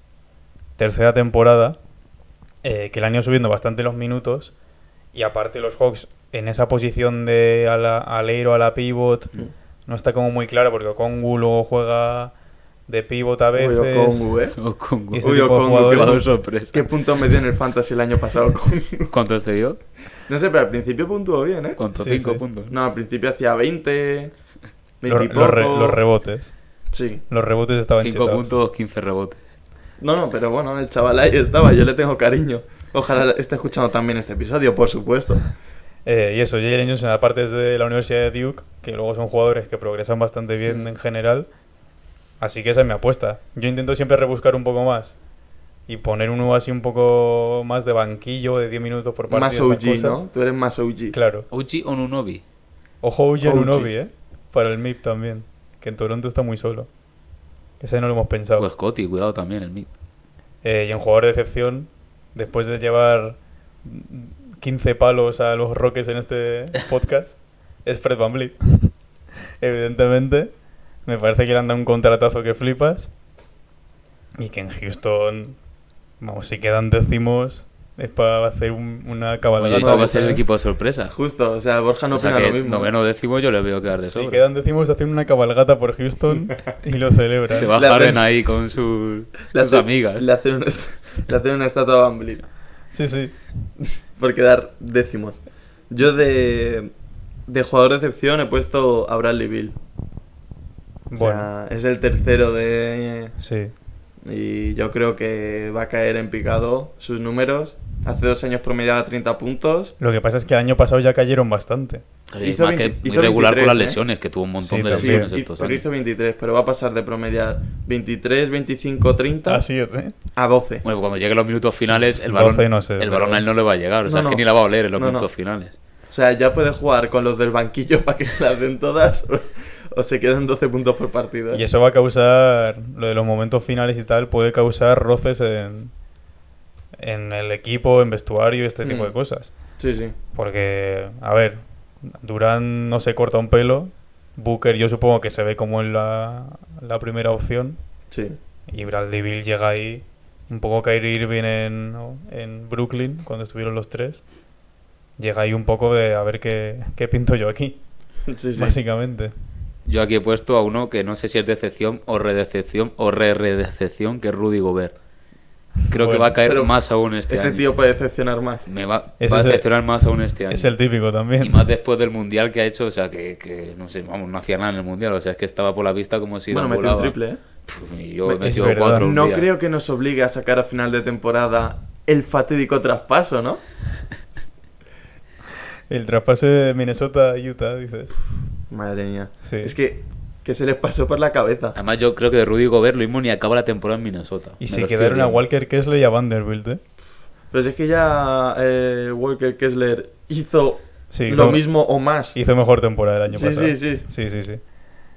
S1: tercera temporada, eh, que le han ido subiendo bastante los minutos. Y aparte los Hawks en esa posición de ala- alero a la pivot
S3: Mm.
S1: no está como muy clara porque Okongu luego juega de pivot a
S3: Uy,
S1: veces.
S3: Okongu, ¿eh?
S2: O con
S1: Y ese tipo
S3: Uy,
S1: de
S3: Okongu, qué
S1: jugadores-
S2: jugador
S3: vas-
S2: sorpresa.
S3: ¿Qué punto me dio en el fantasy el año pasado? Okongu?
S2: ¿Cuántos te dio?
S3: no sé, pero al principio puntuó bien, ¿eh?
S2: ¿Cuántos?
S1: Sí,
S2: Cinco
S1: sí.
S2: puntos.
S3: No, al principio hacía 20, 20 y
S1: Los, los re-
S3: poco.
S1: los rebotes.
S3: Sí.
S1: Los rebotes estaban
S2: Cinco
S1: chetados.
S2: puntos, 15 rebotes.
S3: No, no, pero bueno, el chaval ahí estaba, yo le tengo cariño. Ojalá esté escuchando también este episodio, por supuesto.
S1: Eh, y eso, Jalen Johnson, aparte es de la Universidad de Duke, que luego son jugadores que progresan bastante bien en general. Así que esa es mi apuesta. Yo intento siempre rebuscar un poco más y poner uno así un poco más de banquillo, de 10 minutos por
S3: Más
S1: partido.
S3: OG,
S1: esas cosas.
S3: ¿no? Tú eres más OG.
S1: Claro.
S2: Uchi Onunobi.
S1: Ojo Uji
S3: OG.
S1: Anunoby, ¿eh? Para el MIP también, que en Toronto está muy solo. Ese no lo hemos pensado.
S2: O Pues Scotty, cuidado también el mío.
S1: Eh, y en jugador de excepción, después de llevar 15 palos a los Rockets en este podcast, es Fred Van Evidentemente, me parece que le han dado un contratazo que flipas. Y que en Houston, vamos, si quedan décimos, es para hacer un- una
S2: Oye,
S1: cabalgata.
S2: esto va a ser el
S1: ¿sabes?
S2: equipo sorpresa.
S3: Justo, o sea, Borja no
S2: o sea
S3: opina
S2: que
S3: lo mismo.
S2: noveno décimo yo le veo quedar de
S1: Si
S2: sobra.
S1: quedan décimos, hacen una cabalgata por Houston y lo celebran.
S2: Se va
S3: La
S2: Harden
S3: ven-
S2: ahí con sus,
S3: Le
S2: sus
S3: hace-
S2: amigas.
S3: Le hacen una, est- le hacen una estatua a Van Vliet
S1: Sí, sí.
S3: por quedar décimos. Yo de, de jugador de excepción he puesto a Bradley Bill. O
S1: Bueno,
S3: sea, es el tercero de,
S1: sí.
S3: Y yo creo que va a caer en picado sus números. Hace dos años promediaba 30 puntos.
S1: Lo que pasa es que el año pasado ya cayeron bastante.
S2: Claro,
S3: Hizo
S2: hizo más
S3: 20
S2: que muy
S3: hizo
S2: regular con
S3: 23,
S2: las
S3: ¿eh?
S2: lesiones, que tuvo un
S1: Sí,
S2: montón de
S1: también.
S2: lesiones
S3: Sí,
S2: estos
S3: pero
S2: años.
S3: hizo 23, pero va a pasar de promediar 23, 25, 30
S1: Así es, ¿eh?
S3: a 12.
S2: Bueno, cuando lleguen los minutos finales, el
S1: 12
S2: balón,
S1: no sé,
S2: el
S1: pero-
S2: balón a él no le va a llegar. O sea,
S3: No,
S2: es que
S3: no.
S2: ni la va a oler en los
S3: No, no.
S2: minutos finales.
S3: O sea, ya puede jugar con los del banquillo para que se las den todas o, o se quedan 12 puntos por partido.
S1: Y eso va a causar, lo de los momentos finales y tal, puede causar roces en, en el equipo, en vestuario, este tipo
S3: Mm.
S1: de cosas.
S3: Sí, sí.
S1: Porque, a ver, Durán no se corta un pelo, Booker yo supongo que se ve como en la, la primera opción,
S3: Sí.
S1: y Bradley llega ahí, un poco Kyrie Irving en, en Brooklyn, cuando estuvieron los tres, llega ahí un poco de a ver qué, qué pinto yo aquí,
S3: Sí, sí.
S1: básicamente.
S2: Yo aquí he puesto a uno que no sé si es decepción o redecepción o re-redecepción, que es Rudy Gobert. Creo que
S1: Bueno,
S2: va a caer
S3: pero
S2: más aún este
S3: Ese
S2: año.
S3: tío puede decepcionar más.
S2: Me va,
S1: Ese
S2: va a
S1: es el-
S2: decepcionar más aún este año.
S1: Es el típico también.
S2: Y más después del mundial que ha hecho, o sea, que, que, no sé, vamos, no hacía nada en el mundial, o sea, es que estaba por la vista como si.
S3: bueno,
S2: la
S3: metió un
S2: volaba.
S3: triple, ¿eh?
S2: Pff, Y yo
S1: Es
S2: he metido
S1: verdad.
S2: cuatro. un
S3: No
S2: día.
S3: creo que nos obligue a sacar a final de temporada el fatídico traspaso, ¿no?
S1: El traspaso de Minnesota a Utah, dices.
S3: Madre mía.
S1: Sí. Ah.
S3: Es que, que se les pasó por la cabeza.
S2: Además, yo creo que de Rudy Gobert lo mismo ni acaba la temporada en Minnesota.
S1: Y
S2: Me
S1: se
S2: lo estoy
S1: quedaron a
S2: viendo.
S1: Walker Kessler y a Vanderbilt, ¿eh?
S3: Pero si es que ya eh, Walker Kessler hizo
S1: Sí,
S3: lo
S1: hizo-
S3: mismo o más.
S1: Hizo mejor temporada el año
S3: Sí,
S1: pasado.
S3: sí, sí.
S1: Sí, sí, sí.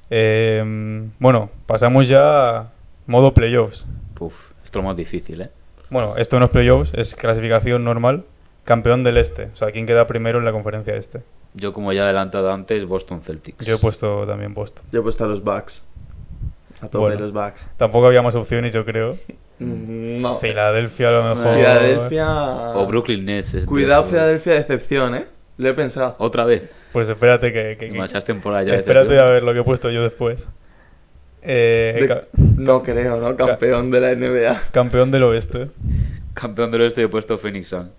S1: Eh, bueno, pasamos ya a modo playoffs.
S2: Puf, esto es lo más difícil, ¿eh?
S1: Bueno, esto no es playoffs, es clasificación normal. Campeón del este, o sea, quién queda primero en la conferencia este.
S2: Yo, como ya he adelantado antes, Boston Celtics.
S1: Yo pues, he puesto también Boston.
S3: Yo he puesto a los Bucks. A tope
S1: Bueno.
S3: los Bucks.
S1: Tampoco había más opciones, yo creo.
S3: Mm, No.
S1: Filadelfia a lo mejor.
S3: Filadelfia.
S2: O Brooklyn Nets. es de
S3: Cuidado,
S2: esos.
S3: Filadelfia, decepción, ¿eh? Lo he pensado.
S2: Otra vez.
S1: Pues espérate que- que- que,
S2: Demasiadas temporadas ya. de
S1: Espérate a
S2: decepción.
S1: ver lo que he puesto yo después. Eh,
S3: De-
S1: ca-
S3: No creo, ¿no? Campeón de la NBA.
S1: campeón del oeste.
S2: Campeón del oeste he puesto Phoenix Suns.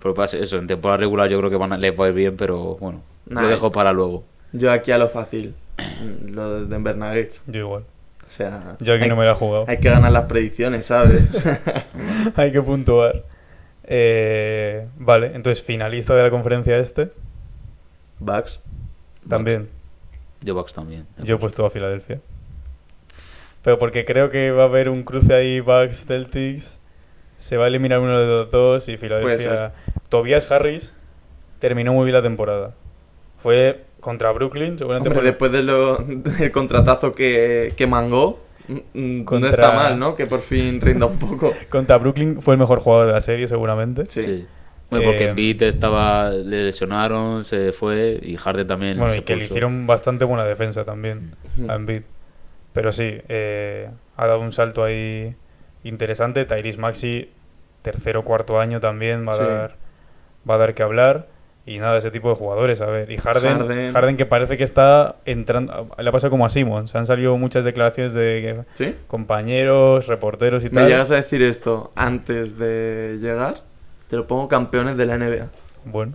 S2: Pero pasa eso, en temporada regular yo creo que van a, les va a ir bien, pero bueno,
S3: Nah, eh.
S2: lo dejo para luego.
S3: Yo aquí a lo fácil. Mm, Lo de Denver Nuggets.
S1: Yo igual.
S3: O sea.
S1: Yo aquí
S3: hay,
S1: no me la he jugado.
S3: hay que ganar las predicciones, ¿sabes?
S1: Hay que puntuar. Eh, vale, entonces finalista de la conferencia este.
S3: Bucks.
S1: También.
S2: Yo Bucks también.
S1: Yo pues, he puesto a Filadelfia. Pero porque creo que va a haber un cruce ahí Bucks Celtics. Se va a eliminar uno de los dos y Filadelfia. Tobias Harris terminó muy bien la temporada. Fue contra Brooklyn, seguramente
S3: Hombre,
S1: fue-
S3: después de lo- del contratazo que, que mangó, mm, mm,
S1: Contra-
S3: no está mal, ¿no? Que por fin rinda un poco.
S1: Contra Brooklyn fue el mejor jugador de la serie, seguramente.
S3: Sí.
S2: Sí. Bueno, porque
S1: Eh,
S2: Embiid estaba, le lesionaron, se fue y Harden también.
S1: Bueno,
S2: se
S1: y que le
S2: puso.
S1: hicieron bastante buena defensa también a Embiid. Pero sí, eh, ha dado un salto ahí interesante. Tyrese Maxi, tercero cuarto año también, va a,
S3: Sí.
S1: dar, va a dar que hablar. Y nada, ese tipo de jugadores, a ver. Y Harden,
S3: Harden.
S1: Harden. que parece que está entrando... Le ha pasado como a Simmons. Han salido muchas declaraciones de
S3: ¿Sí?
S1: compañeros, reporteros y
S3: Me
S1: tal.
S3: llegas a decir esto antes de llegar, te lo pongo campeones de la NBA.
S1: Bueno.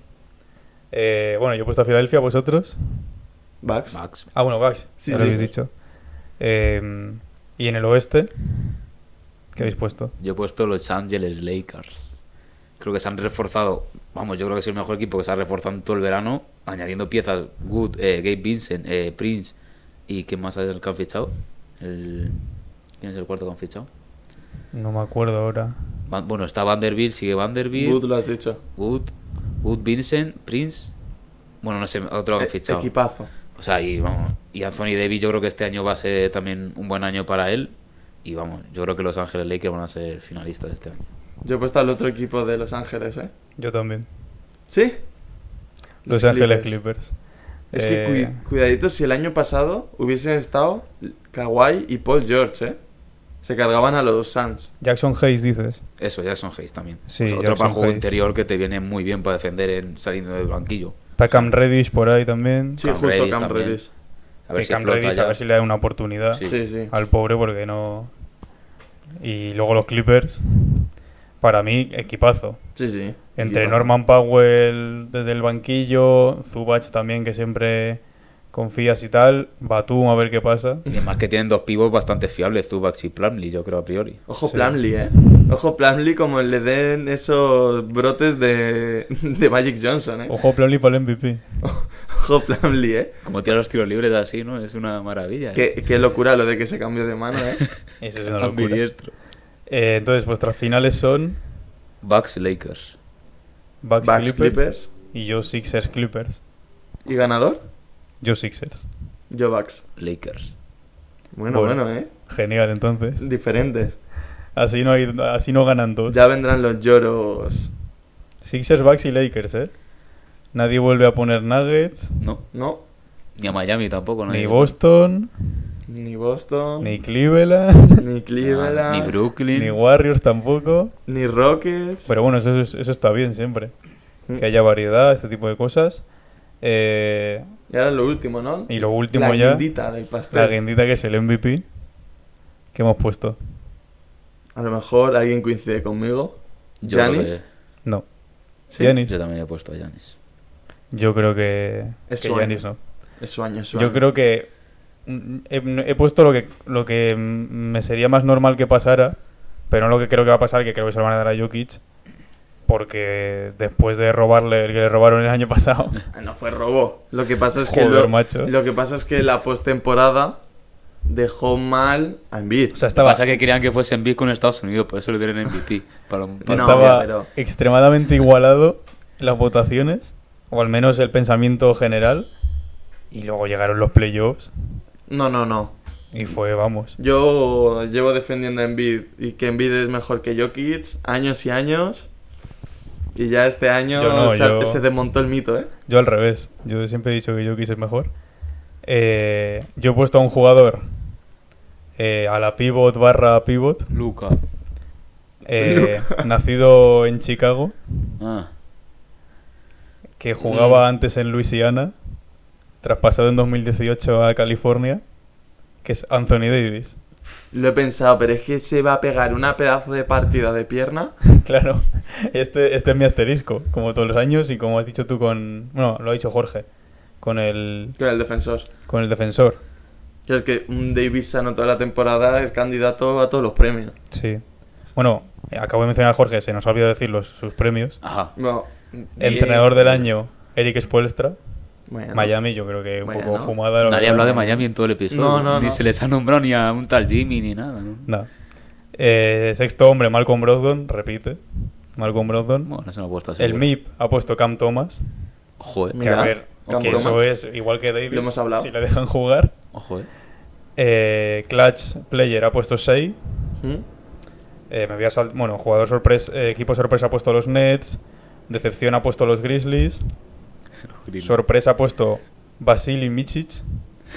S1: Eh, bueno, yo he puesto a Filadelfia, ¿vosotros?
S3: Bucks.
S2: Bucks.
S1: Ah, bueno, Bucks.
S3: Sí,
S1: ya
S3: sí.
S1: lo habéis dicho. Eh, y en el oeste, ¿qué habéis puesto?
S2: Yo he puesto Los Angeles Lakers. Creo que se han reforzado. Vamos, yo creo que es el mejor equipo que se ha reforzado en todo el verano, añadiendo piezas. Good, eh, Gabe Vincent, eh, Prince. ¿Y quién más es el que han fichado? El- ¿Quién es el cuarto que han fichado?
S1: No me acuerdo ahora.
S2: Van- Bueno, está Vanderbilt, sigue Vanderbilt.
S3: Good lo has dicho.
S2: Good, Good Vincent, Prince. Bueno, no sé, otro que han
S3: E-
S2: fichado.
S3: equipazo.
S2: O sea, y vamos, y Anthony Davis yo creo que este año va a ser también un buen año para él. Y vamos, yo creo que Los Ángeles Lakers van a ser finalistas de este año.
S3: Yo he puesto al otro equipo de Los Ángeles, ¿eh?
S1: Yo también.
S3: ¿Sí?
S1: Los Ángeles Clippers.
S3: Es que
S1: Eh,
S3: cui- cuidadito, si el año pasado hubiesen estado Kawhi y Paul George, ¿eh? Se cargaban a los Suns.
S1: Jackson Hayes, dices.
S2: Eso, Jackson Hayes también.
S1: Sí,
S2: O sea, otro
S1: Jackson
S2: para juego
S1: Hayes.
S2: interior que te viene muy bien para defender en, saliendo del banquillo.
S1: Está Cam Reddish por ahí también.
S3: Sí,
S2: Cam
S3: justo
S2: Reddish
S3: Cam
S2: también.
S3: Reddish.
S2: A ver
S1: Y
S2: si
S1: Cam
S2: explota
S1: Reddish,
S2: ya.
S1: a ver si le dan una oportunidad
S2: Sí.
S3: Sí, sí.
S1: al pobre porque no... Y luego los Clippers. Para mí, equipazo.
S3: Sí, sí.
S1: Entre
S3: Equipazo.
S1: Norman Powell desde el banquillo, Zubach también que siempre confías y tal, Batum a ver qué pasa.
S2: Y además que tienen dos pivos bastante fiables, Zubac y Plumlee, yo creo a priori.
S3: Ojo,
S1: Sí.
S3: Plumlee, ¿eh? Ojo, Plumlee como le den esos brotes de, de Magic Johnson, ¿eh?
S1: Ojo, Plumlee para el MVP.
S3: Ojo, Plumlee, ¿eh?
S2: Como tira los tiros libres así, ¿no? Es una maravilla. ¿eh?
S3: Qué, qué locura lo de que se cambió de mano, ¿eh?
S1: Eso es una locura.
S2: Ambidiestro.
S1: Eh, entonces, vuestras finales son
S2: Bucks Lakers.
S1: Bucks,
S3: Bucks
S1: Clippers,
S3: Clippers.
S1: y yo Sixers Clippers.
S3: ¿Y ganador?
S1: Yo Sixers.
S3: Yo Bucks.
S2: Lakers.
S3: Bueno,
S1: Bueno.
S3: bueno, ¿eh?
S1: Genial, entonces.
S3: Diferentes.
S1: Así no, hay, así no ganan dos.
S3: Ya vendrán los lloros.
S1: Sixers, Bucks y Lakers, ¿eh? Nadie vuelve a poner Nuggets,
S2: No.
S3: No,
S2: Ni a Miami tampoco.
S1: ni
S2: nadie.
S1: Boston,
S3: ni Boston,
S1: ni Cleveland,
S3: ni
S2: Ah,
S3: Cleveland,
S2: Ni Brooklyn.
S1: ni Warriors tampoco.
S3: ni Rockets. Mm,
S1: Pero bueno, eso, es- eso está bien siempre. Que haya variedad, este tipo de cosas. Eh,
S3: Y ahora lo último, ¿no?
S1: y lo último
S3: la
S1: ya,
S3: guindita este. del pastel.
S1: la guindita que es el MVP que hemos puesto.
S3: A lo mejor alguien coincide conmigo.
S2: Yo creo
S3: Giannis.
S2: que-
S1: No,
S3: Sí.
S1: Giannis.
S2: Yo también he puesto a Giannis.
S1: Yo creo que,
S3: Es
S1: que
S3: sueño.
S1: Giannis no.
S3: Es sueño, es sueño.
S1: Yo creo que mm, he, he puesto lo que lo que mm, me sería más normal que pasara, pero no lo que creo que va a pasar, que creo que se lo van a dar a Jokic, porque después de robarle el que le robaron el año pasado,
S3: Ah, No fue robo. Lo que pasa es que
S1: Joder,
S3: lo,
S1: macho.
S3: lo que pasa es que la postemporada dejó mal a Embiid.
S1: o sea,
S2: Lo que
S1: estaba,
S2: Pasa es que querían que fuese en con Estados Unidos, por eso le dieron MVP. Para un-
S3: No,
S1: estaba
S3: pero-
S1: extremadamente igualado las votaciones, o al menos el pensamiento general, y luego llegaron los playoffs
S3: No, no, no.
S1: y fue, vamos,
S3: Yo llevo defendiendo a Embiid y que Embiid es mejor que Jokic años y años. Y ya este año
S1: Yo no,
S3: se,
S1: yo-
S3: se desmontó el mito, ¿eh?
S1: Yo al revés. Yo siempre he dicho que Jokic es mejor. Eh, yo he puesto a un jugador eh, a la pivot barra pivot,
S2: Luca.
S1: eh, nacido en Chicago,
S2: Ah,
S1: que jugaba
S3: Mm.
S1: antes en Luisiana, traspasado en 2018 a California, que es Anthony Davis.
S3: Lo he pensado, pero es que se va a pegar una pedazo de partida de pierna.
S1: Claro, este, este es mi asterisco, como todos los años y como has dicho tú con... Bueno, lo ha dicho Jorge, con el,
S3: Con el defensor.
S1: con el defensor.
S3: Yo es que un Davis sano toda la temporada es candidato a todos los premios.
S1: Sí. Bueno, eh, acabo de mencionar a Jorge, se nos ha olvidado decir los, sus premios.
S2: ajá.
S3: No,
S1: Entrenador del año, Eric Spoelstra.
S3: Bueno.
S1: Miami, yo creo que un
S3: Bueno.
S1: poco fumada. lo
S2: Nadie
S1: que-
S2: ha hablado de Miami en todo el episodio.
S3: No, no,
S2: ni
S3: no.
S2: se les ha nombrado ni a un tal Jimmy ni nada. ¿no?
S1: No. Eh, sexto hombre, Malcolm Brogdon, repite. Malcolm Brogdon.
S2: Bueno, se lo ha puesto así.
S1: El MIP ha puesto Cam Thomas.
S2: Joder,
S1: Que
S3: Mira,
S1: a ver,
S3: Cam
S1: que eso
S3: Thomas.
S1: es igual que Davis.
S3: Lo hemos hablado.
S1: Si le dejan jugar.
S2: ojo, eh.
S1: Eh, Clutch Player ha puesto 6.
S3: ¿Mm?
S1: me voy a sal- Bueno, jugador sorpresa, eh, equipo sorpresa ha puesto los Nets. Decepción ha puesto los Grizzlies. Sorpresa ha puesto Vasily Michic,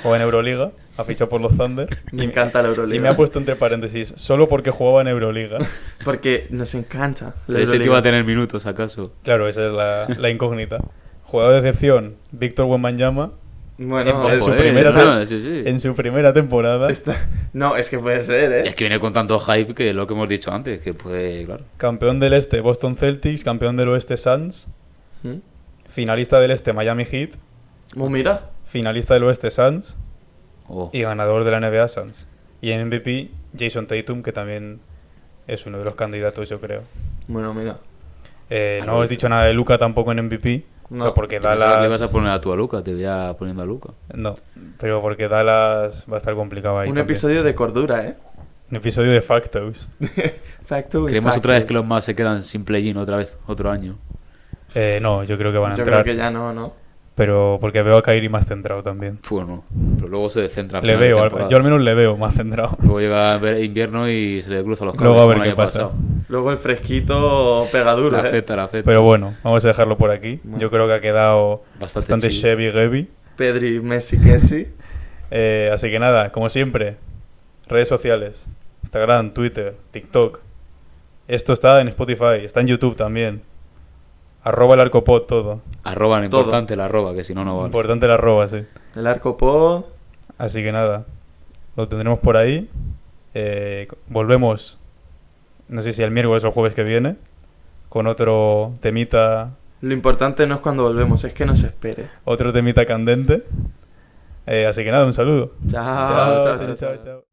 S1: joven Euroliga, ha fichado por los Thunder.
S3: Me encanta la Euroliga.
S1: Y me ha puesto entre paréntesis, solo porque jugaba en Euroliga.
S3: Porque nos encanta la
S2: Pero ese tío
S3: Euroliga.
S2: va a tener minutos, ¿acaso?
S1: Claro, esa es la, la incógnita. Jugador de excepción, Víctor Wembanyama,
S3: Bueno,
S1: En
S3: es
S1: su
S2: eh,
S1: primera-
S2: no, no, sí, sí.
S1: en su primera temporada.
S3: Está- No, es que puede ser, ¿eh?
S2: Es que viene con tanto hype que lo que hemos dicho antes, que puede, claro.
S1: Campeón del este, Boston Celtics. Campeón del oeste, Suns.
S3: ¿Mm?
S1: Finalista del este, Miami Heat.
S3: Pues mira,
S1: Finalista del oeste, Suns.
S2: Oh.
S1: Y ganador de la NBA, Suns. Y en MVP, Jason Tatum, que también es uno de los candidatos, yo creo.
S3: bueno, mira.
S1: Eh,
S2: Ah,
S1: no
S2: lo
S1: he
S2: dicho.
S1: dicho nada de Luca tampoco en MVP.
S3: No.
S1: pero porque
S2: Yo pensaba que Le vas
S1: Dallas.
S2: a poner a tu a Luca, te voy a poniendo a Luca.
S1: No, pero porque Dallas va a estar complicado ahí.
S3: Un
S1: también.
S3: episodio de cordura, ¿eh?
S1: Un episodio de Factos.
S3: Facto y
S2: Creemos
S3: facto.
S2: otra vez que los más se quedan sin play-in otra vez, otro año.
S1: Eh, no, yo creo que van a
S3: Yo
S1: entrar.
S3: creo que ya no, ¿no?
S1: Pero porque veo a Kyrie más centrado también.
S2: Bueno, pero luego se descentra. a
S1: Le
S2: final de
S1: veo, al-
S2: temporada.
S1: yo al menos le veo más centrado.
S2: Luego llega ver- invierno y se le cruzan los
S1: Luego
S2: cables.
S1: a ver
S2: como el
S1: qué
S2: año
S1: pasa.
S2: pasado.
S3: Luego el fresquito pegaduro,
S2: La
S3: ¿eh?
S2: feta, la feta.
S1: Pero bueno, vamos a dejarlo por aquí.
S3: Bueno.
S1: Yo creo que ha quedado bastante
S2: chill.
S1: Chevy Gabby.
S3: Pedri, Messi, Kessi.
S1: Eh, así que nada, como siempre, redes sociales: Instagram, Twitter, TikTok. Esto está en Spotify, está en YouTube también. Arroba el arcopod todo.
S2: Arroba, lo
S3: Todo.
S2: importante la arroba, que si no, no vale.
S1: Importante el arroba, sí.
S3: El arco pod.
S1: Así que nada, lo tendremos por ahí. Eh, volvemos, no sé si el miércoles o el jueves que viene, con otro temita,
S3: Lo importante no es cuando volvemos, es que nos espere.
S1: otro temita candente. Eh, así que nada, un saludo.
S3: Ah, Chao, chao, chao, chao.
S1: chao, chao.